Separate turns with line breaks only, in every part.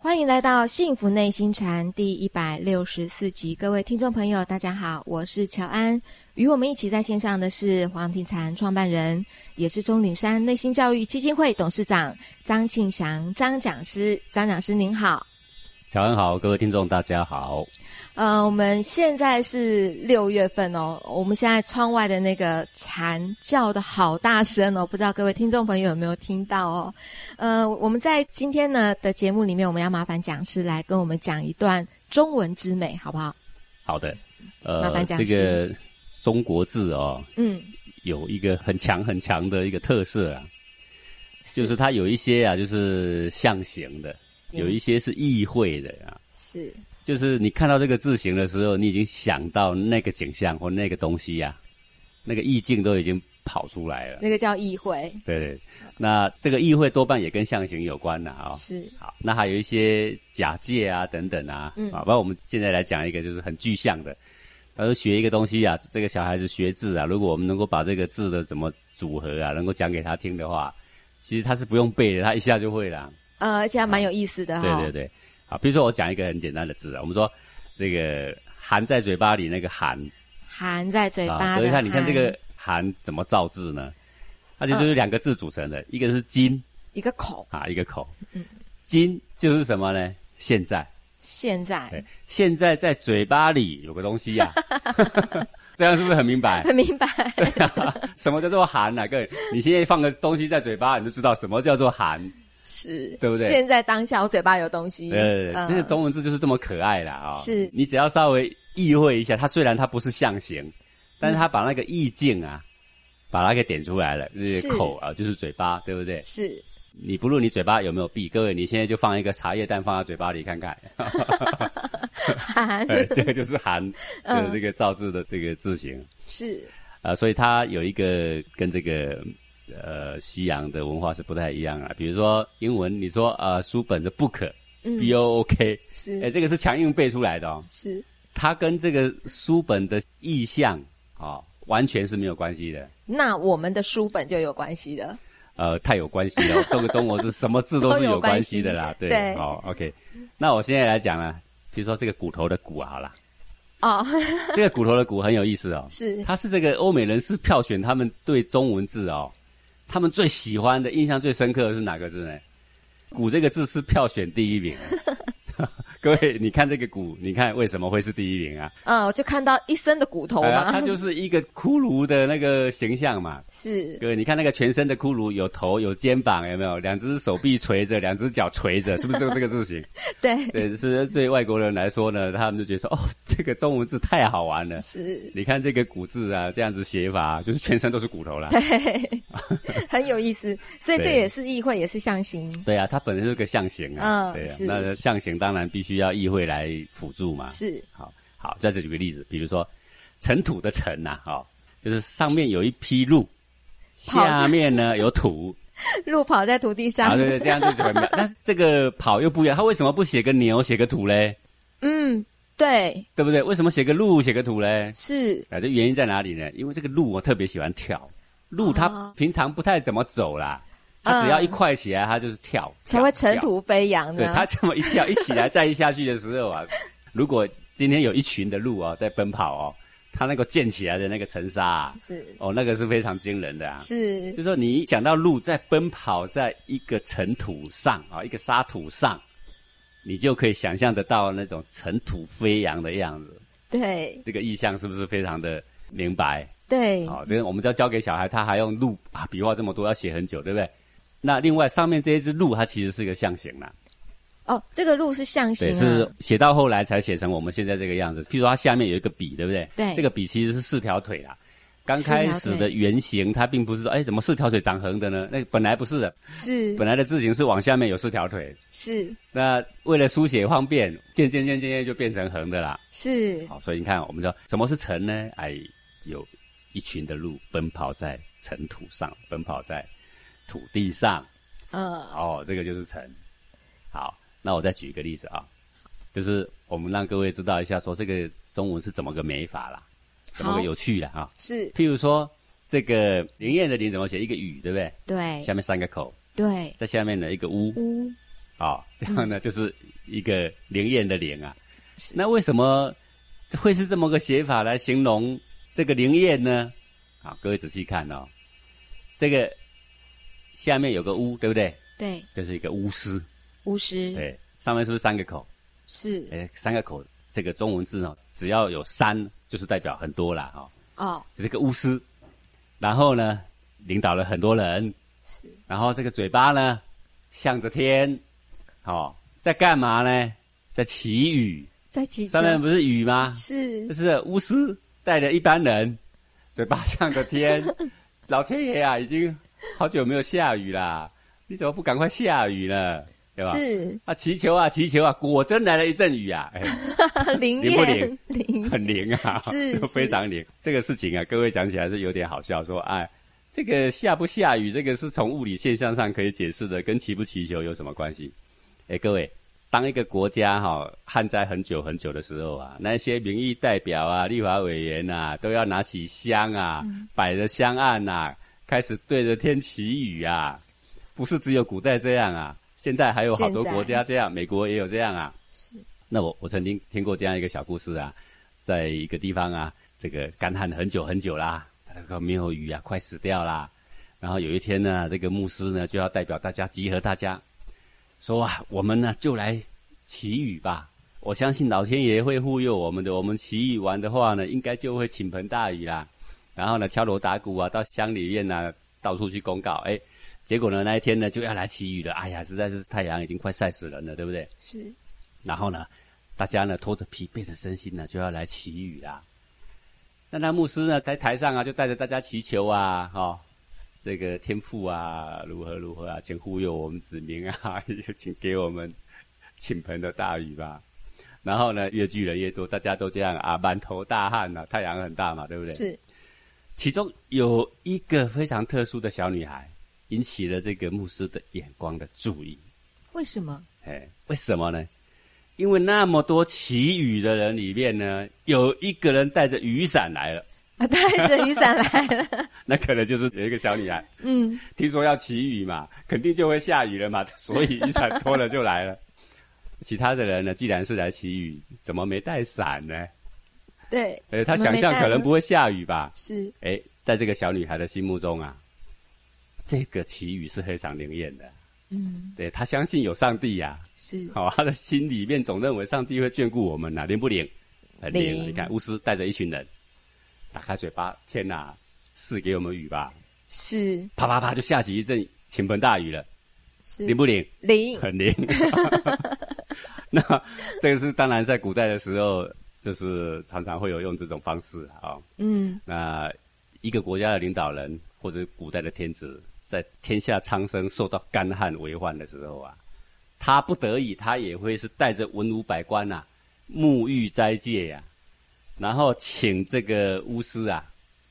欢迎来到《幸福内心禅》第一百六十四集，各位听众朋友，大家好，我是乔安。与我们一起在线上的是黄庭禅创办人，也是钟岭山内心教育基金会董事长张庆祥张讲师。张讲师您好，
乔安好，各位听众大家好。
呃，我们现在是六月份哦，我们现在窗外的那个蝉叫的好大声哦，不知道各位听众朋友有没有听到哦？呃，我们在今天呢的节目里面，我们要麻烦讲师来跟我们讲一段中文之美，好不好？
好的，
麻
呃
烦，讲
这个中国字哦，
嗯，
有一个很强很强的一个特色啊，就是它有一些啊，就是象形的，
嗯
有一些是意会的啊。
是
就是你看到这个字形的时候，你已经想到那个景象或那个东西呀、那个意境都已经跑出来了。
那个叫意会，
对对，那这个意会多半也跟象形有关了啊、哦。
是
好，那还有一些假借啊等等啊，
嗯
好，不然我们现在来讲一个就是很具象的。他说学一个东西啊，这个小孩子学字啊，如果我们能够把这个字的怎么组合啊，能够讲给他听的话，其实他是不用背的，他一下就会了。
呃，而且还蛮有意思的哈、
对对对，好，比如说我讲一个很简单的字啊，我们说这个含在嘴巴里那个含
含在嘴
啊，
巴
所
的
以看你看
含
这
啊
个含怎么造字呢？它就就是两个字组成的，一个是金
一个口，
啊，一个口，
嗯
金就是什么呢？现在。
现在
对，哎现在在嘴巴里有个东西呀、 这样是不是很明白？
很 明白，
什么叫做含哪个？你现在放个东西在嘴巴，你就知道什么叫做含。
是，
对不对
现在当下我嘴巴有东西，
呃，
嗯
这个中文字就是这么可爱啦啊、哦！
是
你只要稍微意会一下，它虽然它不是象形，但是它把那个意境啊，把它给点出来了。就是
是
口啊，就是嘴巴，对不对？
是
你不论你嘴巴有没有闭，各位，你现在就放一个茶叶蛋放在嘴巴里看 看，
含
对，哎这个就是含
嗯
的这个造字的这个字形。
是
啊，所以它有一个跟这个呃西洋的文化是不太一样啊。比如说英文，你说呃书本的 book
嗯
b o o k，哎、
是
这个是强硬背出来的哦，
是
它跟这个书本的意象啊、完全是没有关系的。
那我们的书本就有关系的，
呃，太有关系了，这个中国是什么字都是
都有
有关系的啦。
关系对
对，哦，OK，那我现在来讲啊，比如说这个骨头的骨好了，
哦，
这个骨头的骨很有意思哦。
是
它是这个欧美人士票选他们对中文字哦，他们最喜欢的、印象最深刻的是哪个字呢？“古”这个字是票选第一名。 各位，你看这个“古”，你看为什么会是第一名啊？
嗯，我就看到一身的骨头
哎呀
嘛，
它就是一个骷髅的那个形象嘛。
是
各位，你看那个全身的骷髅，有头有肩膀，有没有？两只手臂垂着，两只脚垂着，是不是就这个字形？
对
对，是对外国人来说呢，他们就觉得说，哦，这个中文字太好玩了。
是，
你看这个骨字啊，这样子写法、就是全身都是骨头啦。
对，很有意思，所以这
对
也是议会，也是象形，
对啊，它本身是个象形啊，
嗯
对啊
是，
那象形当然必须要意会来辅助嘛。
是
好，好，再举个例子，比如说尘土的尘呐、哈、就是上面有一匹路，
跑
下面呢有 土，
路跑在土地上
啊，，对对，这样就很妙。 但是这个跑又不一样，它为什么不写个牛，写个土嘞？
嗯，对，
对不对？为什么写个路，写个土嘞？
是
啊，这原因在哪里呢？因为这个鹿我特别喜欢跳，鹿
哦
它平常不太怎么走啦，它只要一快起来，它就是跳，
才会
跳
尘。土飞扬
跳
呢
对，，它这么一跳，一起来再一下去的 时候啊，如果今天有一群的鹿啊在奔跑哦，它那个溅起来的那个尘沙、啊，
是
哦，那个是非常惊人的啊。
是
就说你一讲到鹿在奔跑在一个尘土上啊，一个沙土上，你就可以想象得到那种尘土飞扬的样子。
对
这个意象是不是非常的明白？
对，
好、这个我们要教给小孩，他还用鹿啊，笔画这么多，要写很久，对不对？那另外上面这一只鹿，它其实是个象形啦，
哦，这个路是象形
对，
啊
是，写到后来才写成我们现在这个样子。譬如说它下面有一个笔，对不对？
对
这个笔其实是四条腿啦。啊刚开
四条
始
腿
的原型，它并不是说，哎，怎么四条腿长横的呢？那本来不是的，
是
本来的字形是往下面有四条腿。
是
那为了书写方便，渐渐渐渐渐就变成横的啦。
是
好，所以你看，我们说什么是尘呢？哎，有一群的鹿奔跑在尘土上，奔跑在土地上。
嗯，
哦，这个就是尘。好，那我再举一个例子啊，就是我们让各位知道一下，说这个中文是怎么个美法啦，怎么
好
个有趣啦啊。
是
譬如说，这个
哎
林燕的林怎么写？一个雨，对不对？
对
下面三个口，
对
在下面的一个屋，
乌
啊、这样呢就是一个灵验的灵啊。
是
那为什么会是这么个写法来形容这个灵验呢？啊，各位仔细看哦，这个下面有个巫，对不对？
对，
就是一个巫师，
巫师
对，上面是不是三个口？
是
哎，三个口，这个中文字哦，只要有三，就是代表很多啦，哦，
哦，
这是个巫师。然后呢，领导了很多人，
是
然后这个嘴巴呢，向着天，哦，在干嘛呢？在祈雨。
在其
上面
中
不是雨吗？
是
就是巫师带着一般人，嘴巴向着天，老天爷啊，已经好久没有下雨啦，你怎么不赶快下雨呢？对吧？
是
啊，祈求啊，祈求啊，果真来了一阵雨 啊，哎，
灵
灵不
验灵
很灵啊，
是
就是非常灵。这个事情啊，各位讲起来是有点好笑，说哎，这个下不下雨，这个是从物理现象上可以解释的，跟祈不祈求有什么关系？哎，各位，当一个国家哈、旱灾很久很久的时候啊，那些民意代表啊、立法委员啊，都要拿起香啊，
嗯
摆着香案啊，开始对着天祈雨啊，不是只有古代这样啊，现在还有好多
现在
国家这样，美国也有这样啊。
是
那我我曾经听过这样一个小故事啊，在一个地方啊，这个干旱很久很久啦，这个没有雨啊，快死掉啦。然后有一天呢，这个牧师呢就要代表大家集合大家，说啊，我们呢就来祈雨吧。我相信老天爷会护佑我们的。我们祈雨完的话呢，应该就会倾盆大雨啦。然后呢，敲锣打鼓啊，到乡里面啊，到处去公告。哎，结果呢，那一天呢就要来祈雨了。哎呀，实在是太阳已经快晒死人了，对不对？
是
然后呢，大家呢拖着疲惫的身心呢，就要来祈雨啦。那那牧师呢，在台上啊，就带着大家祈求啊，哦，这个天父啊，如何如何啊，请护佑我们子民啊， 也请给我们倾盆的大雨吧。然后呢，越聚人越多，大家都这样啊，满头大汗啊，太阳很大嘛，对不对？
是
其中有一个非常特殊的小女孩，引起了这个牧师的眼光的注意。
为什么
哎，为什么呢？因为那么多祈雨的人里面呢，有一个人带着雨伞来了，
啊？带着雨伞来 了，
那可能就是有一个小女孩，
嗯，
听说要祈雨嘛，肯定就会下雨了嘛， 所以雨伞脱了就来了。 其他的人呢，既然是来祈雨，怎么没带伞呢？
对，
呃，他
怎么
想
没
象
带
可能
呢
不会下雨吧？
是
哎，在这个小女孩的心目中啊，这个祈雨是非常灵验的，
嗯
对她相信有上帝啊呀、
是
好、他的心里面总认为上帝会眷顾我们呐、灵不灵？很灵啊。
灵
你看，巫师带着一群人，打开嘴巴，天哪，赐给我们雨吧！
是
啪啪啪，就下起一阵倾盆大雨了，
是
灵不灵？
灵
很灵。 那这个是当然，在古代的时候，就是常常会有用这种方式啊、
嗯
那一个国家的领导人或者古代的天子，在天下苍生受到干旱为患的时候啊，他不得已，他也会是带着文武百官啊，沐浴斋戒呀、然后请这个巫师啊，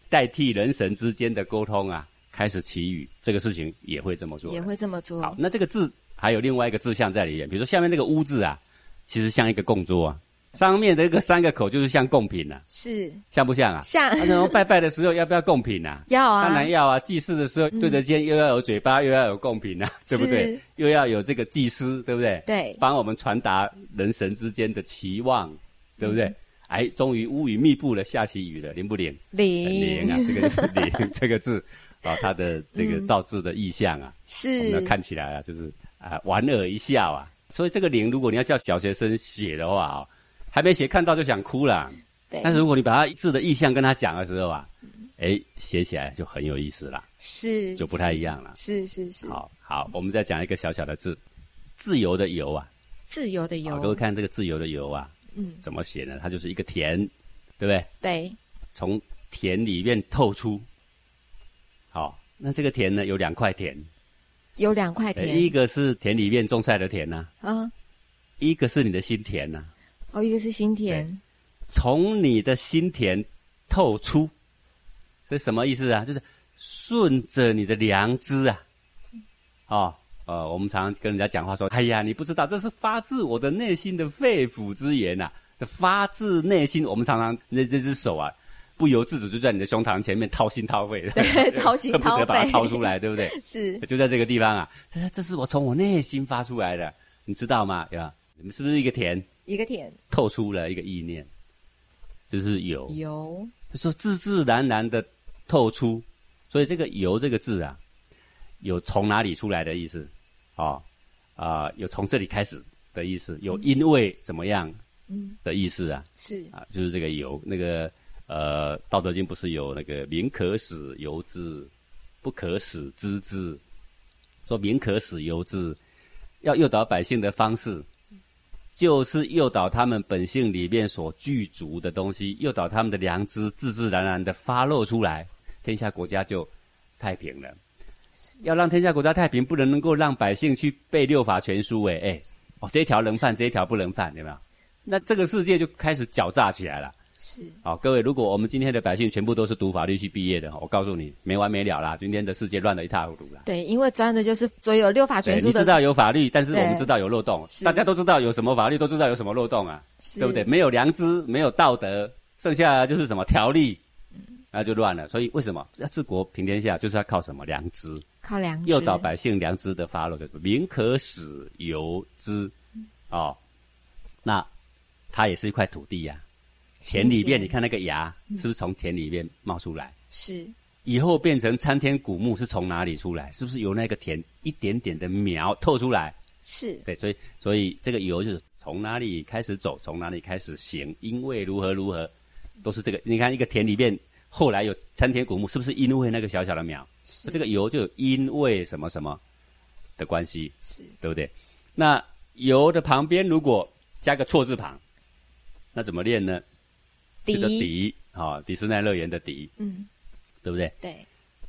代替人神之间的沟通啊，开始祈雨，这个事情也会这么做的。
也会这么做，
好，那这个字还有另外一个字像在里面，比如说下面那个巫字啊，其实像一个供桌啊，上面的这个三个口就是像贡品啊，
是
像不像啊？
像
那然后拜拜的时候要不要贡品啊？
要啊，
当然要啊！祭祀的时候对着肩又要有嘴巴，又要有贡品啊，对不对
是？
又要有这个祭司，对不对？
对
帮我们传达人神之间的期望，对
嗯
不对？哎，终于乌云密布了，下起雨了，灵不灵？
哎
很灵
灵
啊！这个就是“ 灵”这个字啊，它的这个造字的意象啊，我们
是
要看起来啊，就是啊莞尔一笑啊。所以这个“灵”，如果你要叫小学生写的话啊，还没写看到就想哭了。
对
但是如果你把它字的意象跟他讲的时候啊，哎，写起来就很有意思了，
是
就不太一样了。
是是是
好好，我们再讲一个小小的字，自由的由啊，
自由的
好，各位
由，
看这个自由的由啊，
嗯
怎么写呢？它就是一个田，对不对？
对
从田里面透出。好，那这个田呢有两块田，
有两块
哎
田，
一个是田里面种菜的田呐、
啊
一个是你的心田啊呐、
哦一个是新田
从你的心田透出，这什么意思啊？就是顺着你的良知啊，哦，呃，我们常常跟人家讲话说，哎呀，你不知道，这是发自我的内心的肺腑之言呐、啊发自内心。我们常常那这只手啊，不由自主就在你的胸膛前面掏心掏肺，
掏心
恨不
掏肺
得把它掏出来，对不对？
是
就在这个地方啊，这是这是我从我内心发出来的，你知道吗？呀，你们是不是一个田
一个田
透出了一个意念，就是有，
油，
就说自自然然的透出，所以这个“由”这个字啊，有从哪里出来的意思，哦，啊、有从这里开始的意思，有因为怎么样
嗯，
的意思啊，
是
啊，就是这个由那个呃，《道德经》不是有那个“民可使由之，不可使知之”，说“民可使由之”，要诱导百姓的方式，就是诱导他们本性里面所具足的东西，诱导他们的良知自自然然的发露出来，天下国家就太平了。要让天下国家太平，不能能够让百姓去背六法全书。哎哎，哦，这一条能犯，这一条不能犯，有没有？那这个世界就开始狡诈起来了。
是，
好，各位，如果我们今天的百姓全部都是读法律系毕业的，我告诉你没完没了啦，今天的世界乱得一塌糊涂啦。
对，因为钻的就是所有六法全
对，
书
你
的，
知道有法律，但是我们
对
知道有漏洞，
是
大家都知道有什么法律，都知道有什么漏洞啊，
是
对不对？？没有良知，没有道德，剩下就是什么条例，那就乱了。所以为什么要治国平天下，就是要靠什么良知？
靠良知
诱导百姓良知的发落，就是民可使由之，哦，那它也是一块土地呀、田里面
是
你看那个芽是不是从田里面冒出来？
是
以后变成参天古木是从哪里出来？是不是由那个田一点点的苗透出来？
是
对，所以所以这个由就是从哪里开始走，从哪里开始行，因为如何如何，都是这个。你看一个田里面后来有参天古木，是不是因为那个小小的苗？
是
这个由就有因为什么什么的关系，
是
对不对？那由的旁边如果加个错字旁，那怎么练呢？这个
敌，
迪啊、迪士尼乐园的迪，
嗯，
对不对？
对，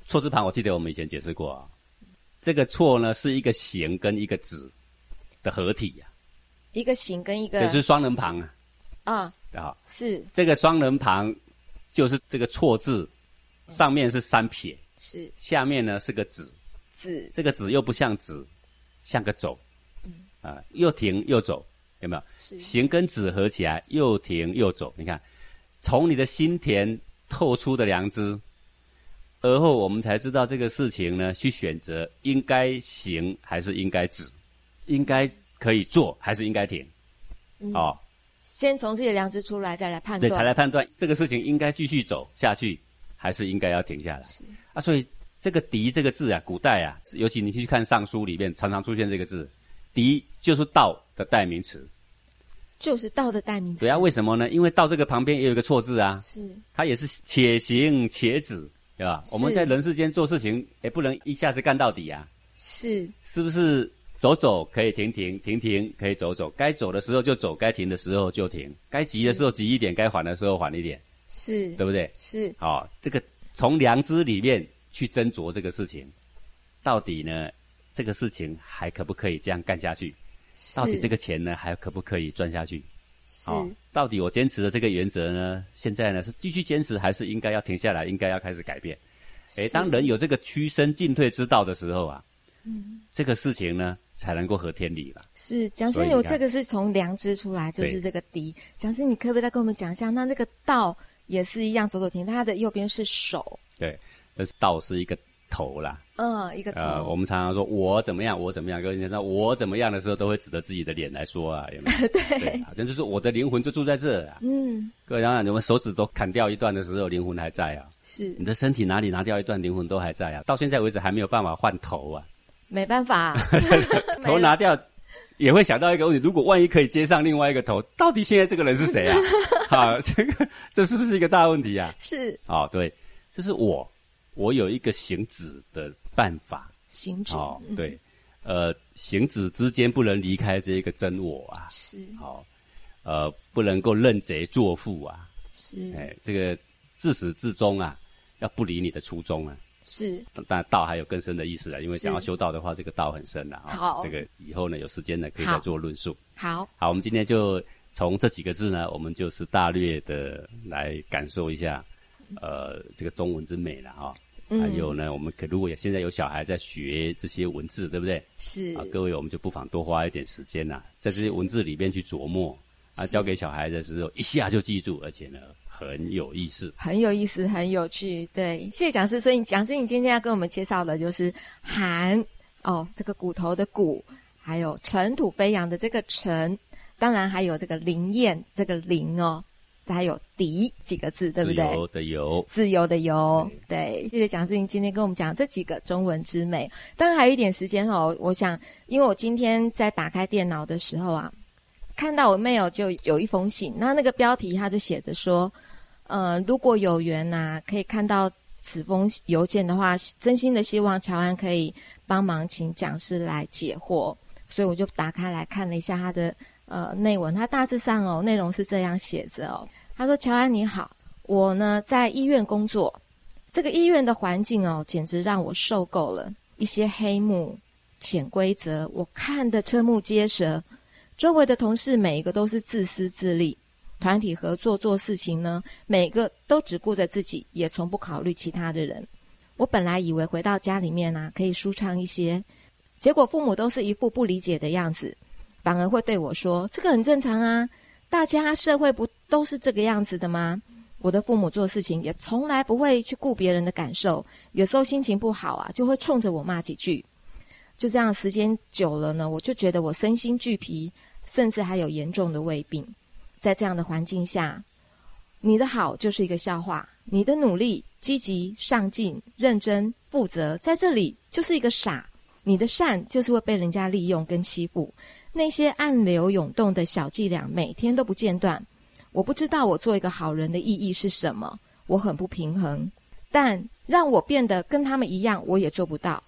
错字旁，我记得我们以前解释过啊、这个错呢是一个形跟一个子的合体呀、
一个行跟一
啊，
个
也是双人旁啊。
啊，
啊，
是
这个双人旁就是这个错字，上面是三撇，
是
下面呢是个子，
子
这个子又不像子，像个走，啊、又停又走，有没有？
是
行跟止合起来，又停又走。你看，从你的心田透出的良知，而后我们才知道这个事情呢，去选择应该行还是应该止，应该可以做还是应该停，
嗯
哦，
先从自己的良知出来，再来判
对，
断，
才来判断这个事情应该继续走下去，还是应该要停下来
是
啊。所以这个“敌”这个字啊，古代啊，尤其你去看《尚书》里面，常常出现这个字，“敌”就是道的代名词。
就是道的代名词。
对啊，为什么呢？因为道这个旁边也有一个错字啊，
是
它也是且行且止，对吧？
是
我们在人世间做事情，也不能一下子干到底啊，
是
是不是？走走可以停停，停停可以走走，该走的时候就走，该停的时候就停，该急的时候急一点，该缓的时候缓一点，
是
对不对？
是
好、这个从良知里面去斟酌这个事情，到底呢，这个事情还可不可以这样干下去？
是，
到底这个钱呢，还可不可以赚下去？
是
好，哦到底我坚持的这个原则呢，现在呢是继续坚持，还是应该要停下来，应该要开始改变？诶，
是
当人有这个屈身进退之道的时候啊，
嗯
这个事情呢才能够合天理了。
是讲
所
师
以
牛
你看
这个是从良知出来，就是
对
这个敌。讲师，你可不可以再跟我们讲一下？那这个道也是一样，走走停，它的右边是手，
对，但是道是一个头啦，
嗯，一个头，
呃，我们常常说我怎么样，我怎么样，各位你知道我怎么样的时候，都会指着自己的脸来说啊，有没 有？对，好像就是我的灵魂就住在这儿啊。
嗯，
各位想想，你们手指都砍掉一段的时候，灵魂还在啊；
是
你的身体哪里拿掉一段，灵魂都还在啊。到现在为止还没有办法换头啊，
没办 法，没
头
了
拿掉也会想到一个问题：如果万一可以接上另外一个头，到底现在这个人是谁啊？好，这个 这是不是一个大问题啊？
是
好，对，这是我，我有一个行止的办法。
行止，
哦，
嗯，
对，呃，行止之间不能离开这一个真我啊，
是
好、呃，不能够认贼作父啊，
是
哎，这个自始至终啊，要不离你的初衷啊。
是
当当然，道还有更深的意思了，因为
是
想要修道的话，这个道很深了啊。
好
这个以后呢，有时间呢可以
好
再做论述。
好，
好，我们今天就从这几个字呢，我们就是大略的来感受一下，呃，这个中文之美了啊。
嗯，
还有呢，我们可如果有现在有小孩在学这些文字，对不对？
是
啊，各位，我们就不妨多花一点时间呐、在这些文字里边去琢磨啊，交给小孩的时候一下就记住，而且呢很有意思。
很有意思，很有趣。对，谢谢讲师。所以讲师，你今天要跟我们介绍的就是“寒”哦，这个骨头的“骨”，还有尘土飞扬的这个尘，当然还有这个灵验这个灵哦，还有敌几个字，对不
自
对？
由的由，
自由的由，对，谢谢蒋世英今天跟我们讲这几个中文之美。当然还有一点时间哦，我想，因为我今天在打开电脑的时候啊，看到我 mail 就有一封信，那那个标题它就写着说，呃，如果有缘呐、可以看到此封邮件的话，真心的希望乔安可以帮忙请讲师来解惑。所以我就打开来看了一下它的呃内文，它大致上哦内容是这样写着哦，他说：“乔安你好，我呢在医院工作，这个医院的环境哦，简直让我受够了。一些黑幕、潜规则，我看得瞠目结舌。周围的同事每一个都是自私自利，团体合作做事情呢，每个都只顾着自己，也从不考虑其他的人。我本来以为回到家里面啊，可以舒畅一些，结果父母都是一副不理解的样子，反而会对我说：‘这个很正常啊，大家社会不都是这个样子的吗？我的父母做事情也从来不会去顾别人的感受，有时候心情不好啊，就会冲着我骂几句。就这样，时间久了呢，我就觉得我身心俱疲，甚至还有严重的胃病。在这样的环境下，你的好就是一个笑话，你的努力、积极、上进、认真、负责，在这里就是一个傻。你的善就是会被人家利用跟欺负，那些暗流涌动的小伎俩每天都不间断。我不知道我做一个好人的意义是什么，我很不平衡。但让我变得跟他们一样，我也做不到。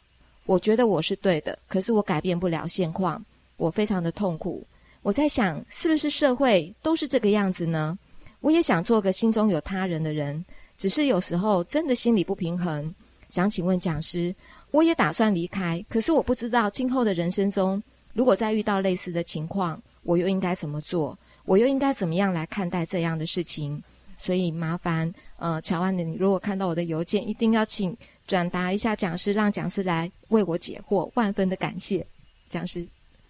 我觉得我是对的，可是我改变不了现况，我非常的痛苦。我在想，是不是社会都是这个样子呢？我也想做个心中有他人的人，只是有时候真的心里不平衡。想请问讲师，我也打算离开，可是我不知道今后的人生中，如果再遇到类似的情况，我又应该怎么做？我又应该怎么样来看待这样的事情？所以麻烦呃，乔安的你，如果看到我的邮件，一定要请转达一下讲师，让讲师来为我解惑，万分的感谢讲师。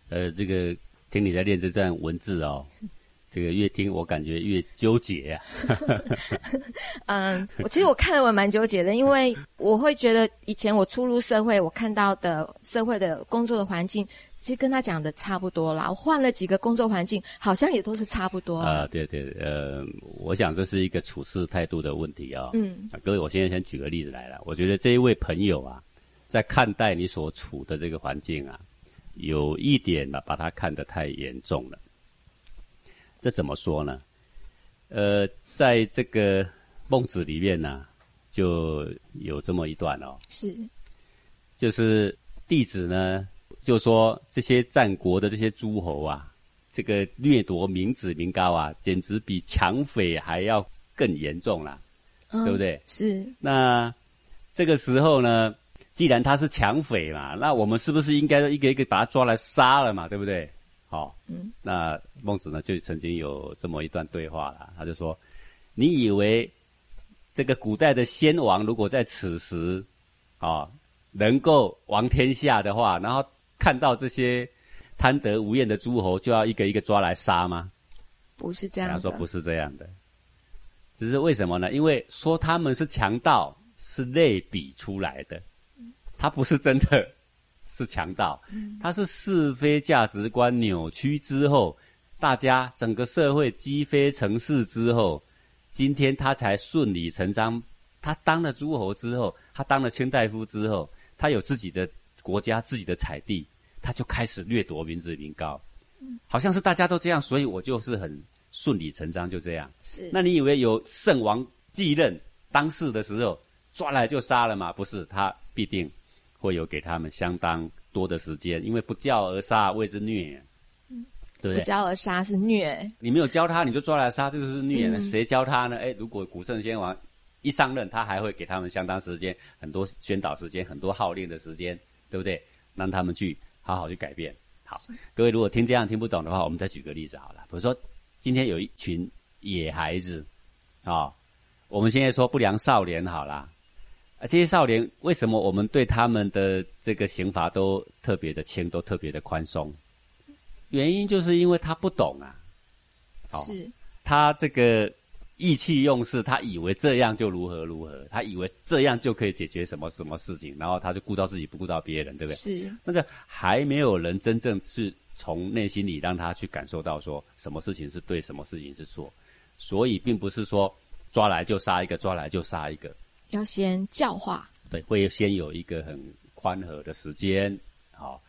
呃，这个听你在练这段文字哦，这个越听我感觉越纠结、啊。
嗯，我 其实我看了我蛮纠结的，因为我会觉得以前我初入社会，我看到的社会的工作的环境，其实跟他讲的差不多啦。我换了几个工作环境，好像也都是差不多。
啊、对对，呃，我想这是一个处事态度的问题啊、
嗯
啊各位，我现在先举个例子来了。我觉得这一位朋友啊，在看待你所处的这个环境啊，有一点把把它看得太严重了。这怎么说呢？呃，在这个《孟子》里面呢、就有这么一段哦，
是，
就是弟子呢，就说这些战国的这些诸侯啊，这个掠夺民脂民膏啊，简直比抢匪还要更严重啦。
嗯
对不对？
是，
那这个时候呢，既然他是抢匪嘛，那我们是不是应该一个一个把他抓来杀了嘛？对不对？好、
嗯，
那孟子呢就曾经有这么一段对话啦，他就说：“你以为这个古代的先王如果在此时啊、能够王天下的话，然后看到这些贪得无厌的诸侯，就要一个一个抓来杀吗？”
不是这
他
样的。
说不是这样的，只是为什么呢？因为说他们是强盗是类比出来的，他不是真的是强盗，
嗯
他是是非价值观扭曲之后，大家整个社会鸡飞城市之后，今天他才顺理成章，他当了诸侯之后，他当了卿大夫之后，他有自己的国家、自己的采地，他就开始掠夺民脂民膏。好像是大家都这样，所以我就是很顺理成章就这样。
是，
那你以为有圣王继任当世的时候抓来就杀了吗？不是，他必定会有给他们相当多的时间，因为不教而杀谓之虐也，对不
嗯不
对？
教而杀是虐，
你没有教他，你就抓来杀，这个是虐
嗯
人。谁教他呢？哎，如果古圣先王一上任，他还会给他们相当时间，很多宣导时间，很多号令的时间，对不对？让他们去好好去改变。好，各位如果听这样听不懂的话，我们再举个例子好了。比如说，今天有一群野孩子啊、我们现在说不良少年好啦。啊，这些少年为什么我们对他们的这个刑罚都特别的轻，都特别的宽松？原因就是因为他不懂啊。好
是，
他这个意气用事，他以为这样就如何如何，他以为这样就可以解决什么什么事情，然后他就顾到自己，不顾到别人，对不对？
是
那个还没有人真正是从内心里让他去感受到说什么事情是对，什么事情是错，所以并不是说抓来就杀一个，抓来就杀一个，
要先教化，
对，会先有一个很宽和的时间。好，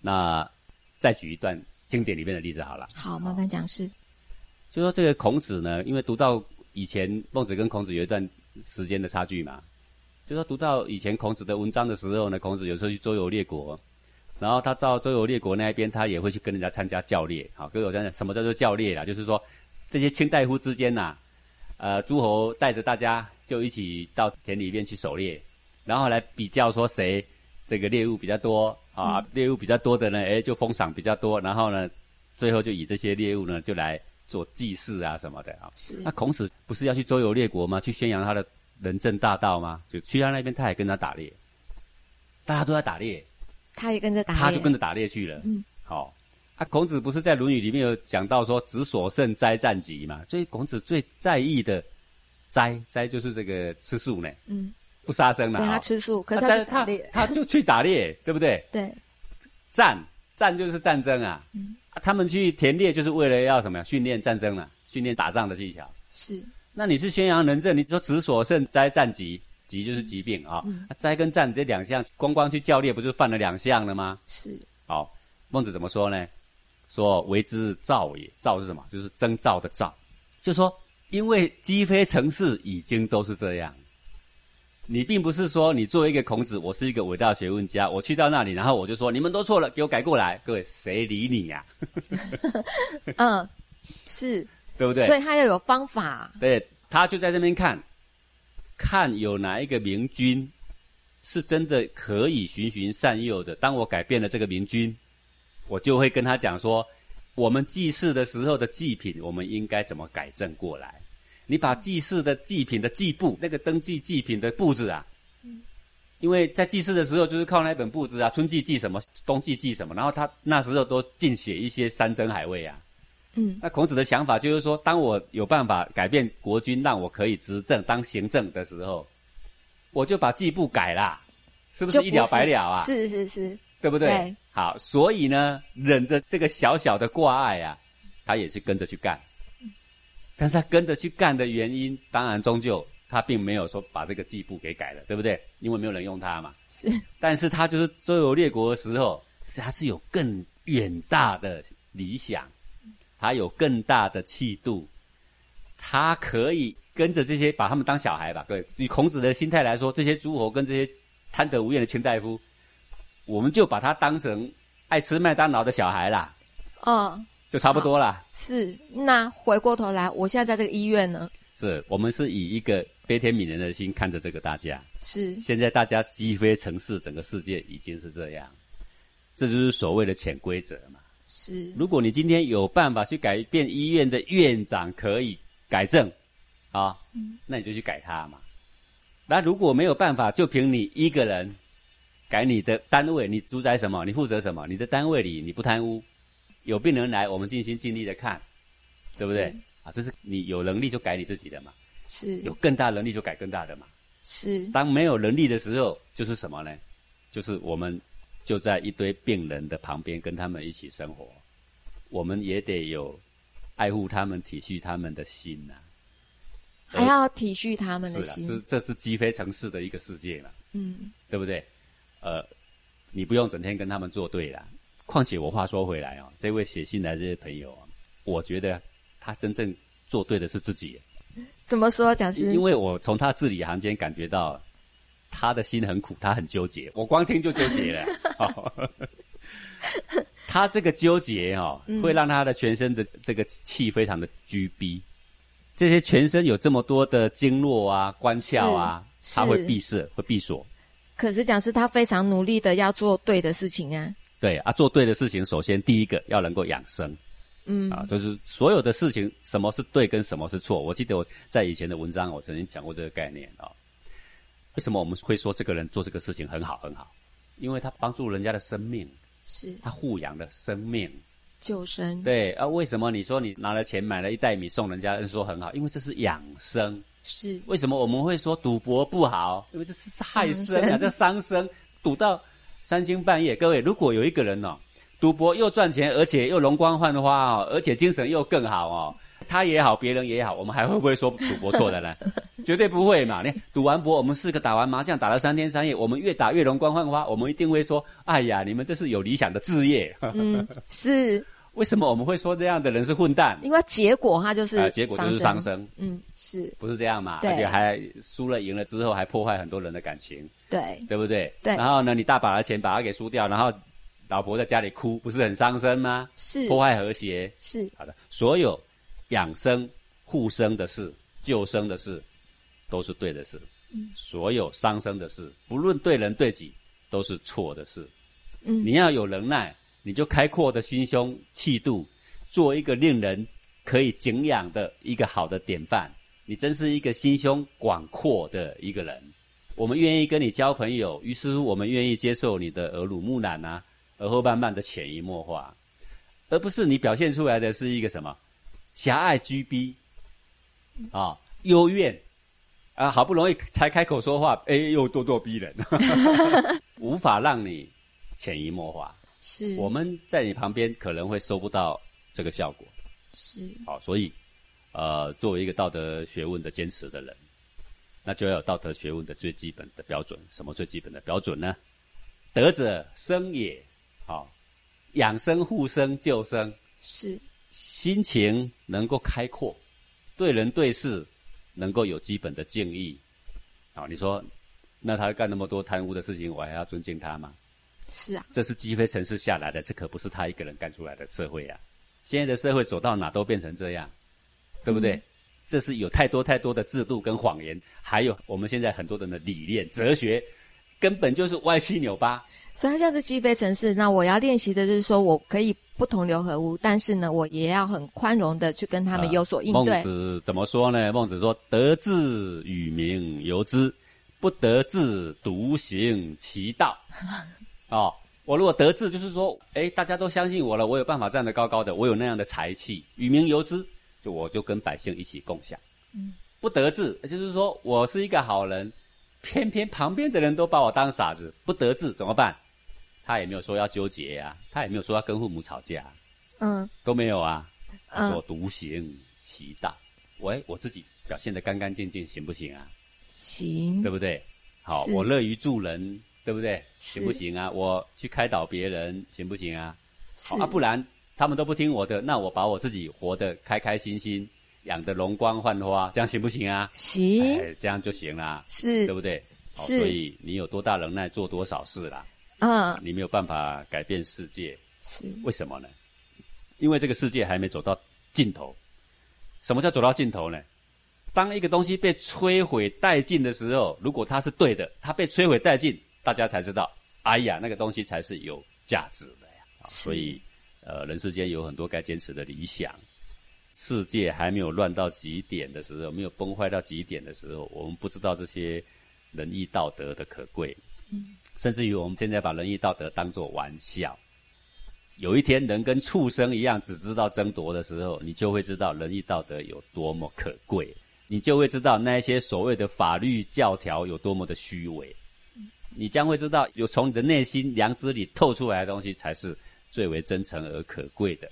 那再举一段经典里面的例子好了。
好，麻烦讲师。
就说这个孔子呢，因为读到以前孟子跟孔子有一段时间的差距嘛，就说读到以前孔子的文章的时候呢，孔子啊有时候去周游列国，然后他到周游列国那一边，他也会去跟人家参加教猎。好，各位我讲讲什么叫做教猎啦，就是说这些卿大夫之间呐、呃，诸侯带着大家就一起到田里面去狩猎，然后来比较说谁这个猎物比较多啊，猎物比较多的呢，哎，就封赏比较多，然后呢，最后就以这些猎物呢，就来做祭祀啊什么的啊。
是
那孔子不是要去周游列国吗？去宣扬他的仁政大道吗？就去他那边，他也跟他打猎，大家都在打猎，
他也跟着打猎，
他就跟着打猎去了。
嗯，
好、啊，孔子不是在《论语》里面有讲到说“子所慎，斋战疾”嘛？所以孔子最在意的斋，斋就是这个吃素呢，
嗯，
不杀生了、
对
啊。
他吃素，可是他
啊但
去
是
打
他
猎，
他就去打猎，对不对？
对，
战战就是战争啊，
嗯
啊他们去田猎就是为了要什么呀？训练战争啊，训练打仗的技巧。
是
那你是宣扬仁政，你说子所慎灾战疾，疾就是疾病啊
嗯。
灾、跟战这两项，光光去教猎不是犯了两项了吗？
是
好，孟子怎么说呢？说为之兆也，兆是什么？就是征兆的兆，就说因为鸡飞城市已经都是这样。你并不是说你作为一个孔子，我是一个伟大的学问家，我去到那里，然后我就说你们都错了，给我改过来。各位，谁理你啊呀、
嗯是，
对不对？
所以他要有方法，
对，他就在这边看，看有哪一个明君是真的可以循循善诱的。当我改变了这个明君，我就会跟他讲说，我们祭祀的时候的祭品，我们应该怎么改正过来？你把祭祀的祭品的祭簿，那个登记祭品的簿子啊，因为在祭祀的时候就是靠那本簿子啊，春季祭什么，冬季祭什么，然后他那时候都尽写一些山珍海味啊。
嗯
那孔子的想法就是说，当我有办法改变国君，让我可以执政当行政的时候，我就把季布改啦，是不
就是不
一了百了啊？
是是是，
对不对？
对
好，所以呢，忍着这个小小的挂碍啊，他也是跟着去干。但是他跟着去干的原因，当然终究他并没有说把这个季布给改了，对不对？因为没有人用他嘛。
是
但是他就是周游列国的时候，是他是有更远大的理想，他有更大的气度，他可以跟着这些把他们当小孩吧。各位，以孔子的心态来说，这些诸侯跟这些贪得无厌的卿大夫，我们就把他当成爱吃麦当劳的小孩啦，
哦
就差不多啦。
是。那回过头来，我现在在这个医院呢，
是我们是以一个悲天悯人的心看着这个大家。
是
现在大家鸡飞城市，整个世界已经是这样，这就是所谓的潜规则嘛。
是
如果你今天有办法去改变医院的院长可以改正，啊，那你就去改他嘛。那如果没有办法，就凭你一个人改你的单位，你主宰什么，你负责什么，你的单位里你不贪污，有病人来我们尽心尽力的看，对不对
是？
啊，这是你有能力就改你自己的嘛，有
是
更大能力就改更大的嘛。
是
当没有能力的时候，就是什么呢？就是我们就在一堆病人的旁边，跟他们一起生活，我们也得有爱护他们、体恤他们的心呐、
还要体恤他们
是
的
啦，
心，
是这是鸡飞城市的一个世界嘛，
嗯，
对不对？呃，你不用整天跟他们作对啦。况且我话说回来哦，这位写信来的这些朋友啊，我觉得他真正做对的是自己，
怎么说讲师？
因为我从他字里行间感觉到他的心很苦，他很纠结。我光听就纠结 了。好他这个纠结哦，
嗯
会让他的全身的这个气非常的拘逼。这些全身有这么多的经络啊、关窍啊，
是
他会
是
闭塞、会闭锁。
可是讲师他非常努力的要做对的事情啊，
对啊，做对的事情，首先第一个要能够养生。
嗯
啊，就是所有的事情，什么是对跟什么是错。我记得我在以前的文章，我曾经讲过这个概念啊、为什么我们会说这个人做这个事情很好很好？因为他帮助人家的生命，
是
他护养了生命，
救生，
对啊，为什么你说你拿了钱买了一袋米送人家，说很好？因为这是养生。
是
为什么我们会说赌博不好？因为这是害身
伤
啊，
身
这伤身，赌到三更半夜。各位，如果有一个人哦，赌博又赚钱，而且又容光焕发哦，而且精神又更好哦，他也好，别人也好，我们还会不会说赌博错的 呢？绝对不会嘛！你看赌完博，我们四个打完麻将打了三天三夜，我们越打越容光焕发，我们一定会说：哎呀，你们这是有理想的置业。
嗯，是
为什么我们会说这样的人是混蛋？
因为结果它就是、
啊，结果就是伤，身，
嗯，是
不是这样嘛？
对
而且还输了赢了之后，还破坏很多人的感情，
对，
对不对？
嗯对
然后呢，你大把的钱把它给输掉，然后老婆在家里哭，不是很伤身吗？
是
破坏和谐。
是
好的，所有养生、护生的事、救生的事，都是对的事。
嗯
所有伤身的事，不论对人对己，都是错的事。
嗯
你要有能耐，你就开阔的心胸、气度，做一个令人可以敬仰的一个好的典范。你真是一个心胸广阔的一个人。我们愿意跟你交朋友，于是乎我们愿意接受你的耳濡目染啊，而后慢慢的潜移默化，而不是你表现出来的是一个什么狭隘、居逼啊、幽怨啊，好不容易才开口说话，哎，又咄咄逼人， 无法让你潜移默化。
是
我们在你旁边可能会收不到这个效果。
是
好，所以呃，作为一个道德学问的坚持的人，那就要有道德学问的最基本的标准。什么最基本的标准呢？德者生也，好、养生、护生、救生，
是
心情能够开阔，对人对事能够有基本的敬意。好、你说，那他干那么多贪污的事情，我还要尊敬他吗？
是啊，
这是积灰城市下来的，这可不是他一个人干出来的社会啊！现在的社会走到哪都变成这样，对不对？这是有太多太多的制度跟谎言，还有我们现在很多人的理念、哲学，根本就是歪七扭八。
所以它像是击飞城市，那我要练习的就是说我可以不同流合污，但是呢，我也要很宽容的去跟他们
啊
有所应对
孟，子怎么说呢？孟子说：“得志与民由之，不得志独行其道。” 哦，我如果得志，就是说，哎，大家都相信我了，我有办法站得高高的，我有那样的才气，与民由之，就我就跟百姓一起共享。
嗯，
不得志，就是说我是一个好人，偏偏旁边的人都把我当傻子，不得志怎么办？他也没有说要纠结呀、他也没有说要跟父母吵架、
嗯
都没有啊。他
嗯
说独行其道，喂，我自己表现的干干净净行不行啊？
行
对不对？好，
嗯是
我乐于助人，对不对？
是
行不行啊？我去开导别人行不行啊？
是
好啊，不然他们都不听我的，那我把我自己活得开开心心，养得容光焕发，这样行不行啊？
行
哎，这样就行啦，
是
对不对？好，
是
所以你有多大能耐做多少事啦，
嗯
你没有办法改变世界，
是
为什么呢？因为这个世界还没走到尽头。什么叫走到尽头呢？当一个东西被摧毁殆尽的时候，如果它是对的，它被摧毁殆尽，大家才知道，哎呀，那个东西才是有价值的呀。啊
是
所以，呃，人世间有很多该坚持的理想。世界还没有乱到极点的时候，没有崩坏到极点的时候，我们不知道这些仁义道德的可贵。甚至于我们现在把仁义道德当作玩笑。有一天人跟畜生一样，只知道争夺的时候，你就会知道仁义道德有多么可贵，你就会知道那一些所谓的法律教条有多么的虚伪。你将会知道，有从你的内心良知里透出来的东西，才是最为真诚而可贵的。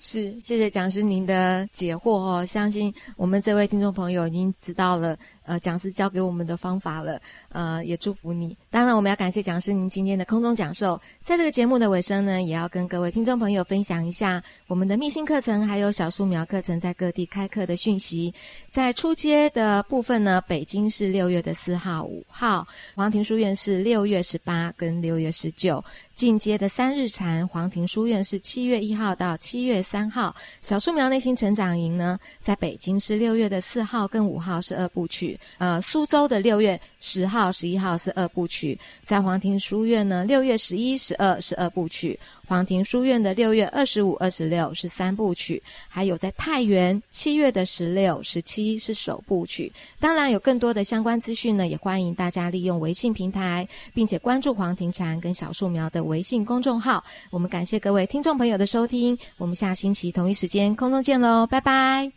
是，谢谢讲师您的解惑哦。相信我们这位听众朋友已经知道了，呃，讲师教给我们的方法了，呃，也祝福你。当然，我们要感谢讲师您今天的空中讲授。在这个节目的尾声呢，也要跟各位听众朋友分享一下我们的密信课程还有小树苗课程在各地开课的讯息。在初阶的部分呢，北京是六月的四号、五号，黄庭书院是六月十八跟六月十九。进阶的三日禅黄庭书院是七月一号到七月三号，小树苗内心成长营呢，在北京是六月的四号跟五号是二部曲，曲。呃，苏州的六月十号、十一号是二部曲，在黄庭书院呢，六月十一、十二是二部曲；黄庭书院的六月二十五、二十六是三部曲，还有在太原七月的十六、十七是首部曲。当然，有更多的相关资讯呢，也欢迎大家利用微信平台，并且关注黄庭禅跟小树苗的微信公众号。我们感谢各位听众朋友的收听，我们下星期同一时间空中见喽，拜拜。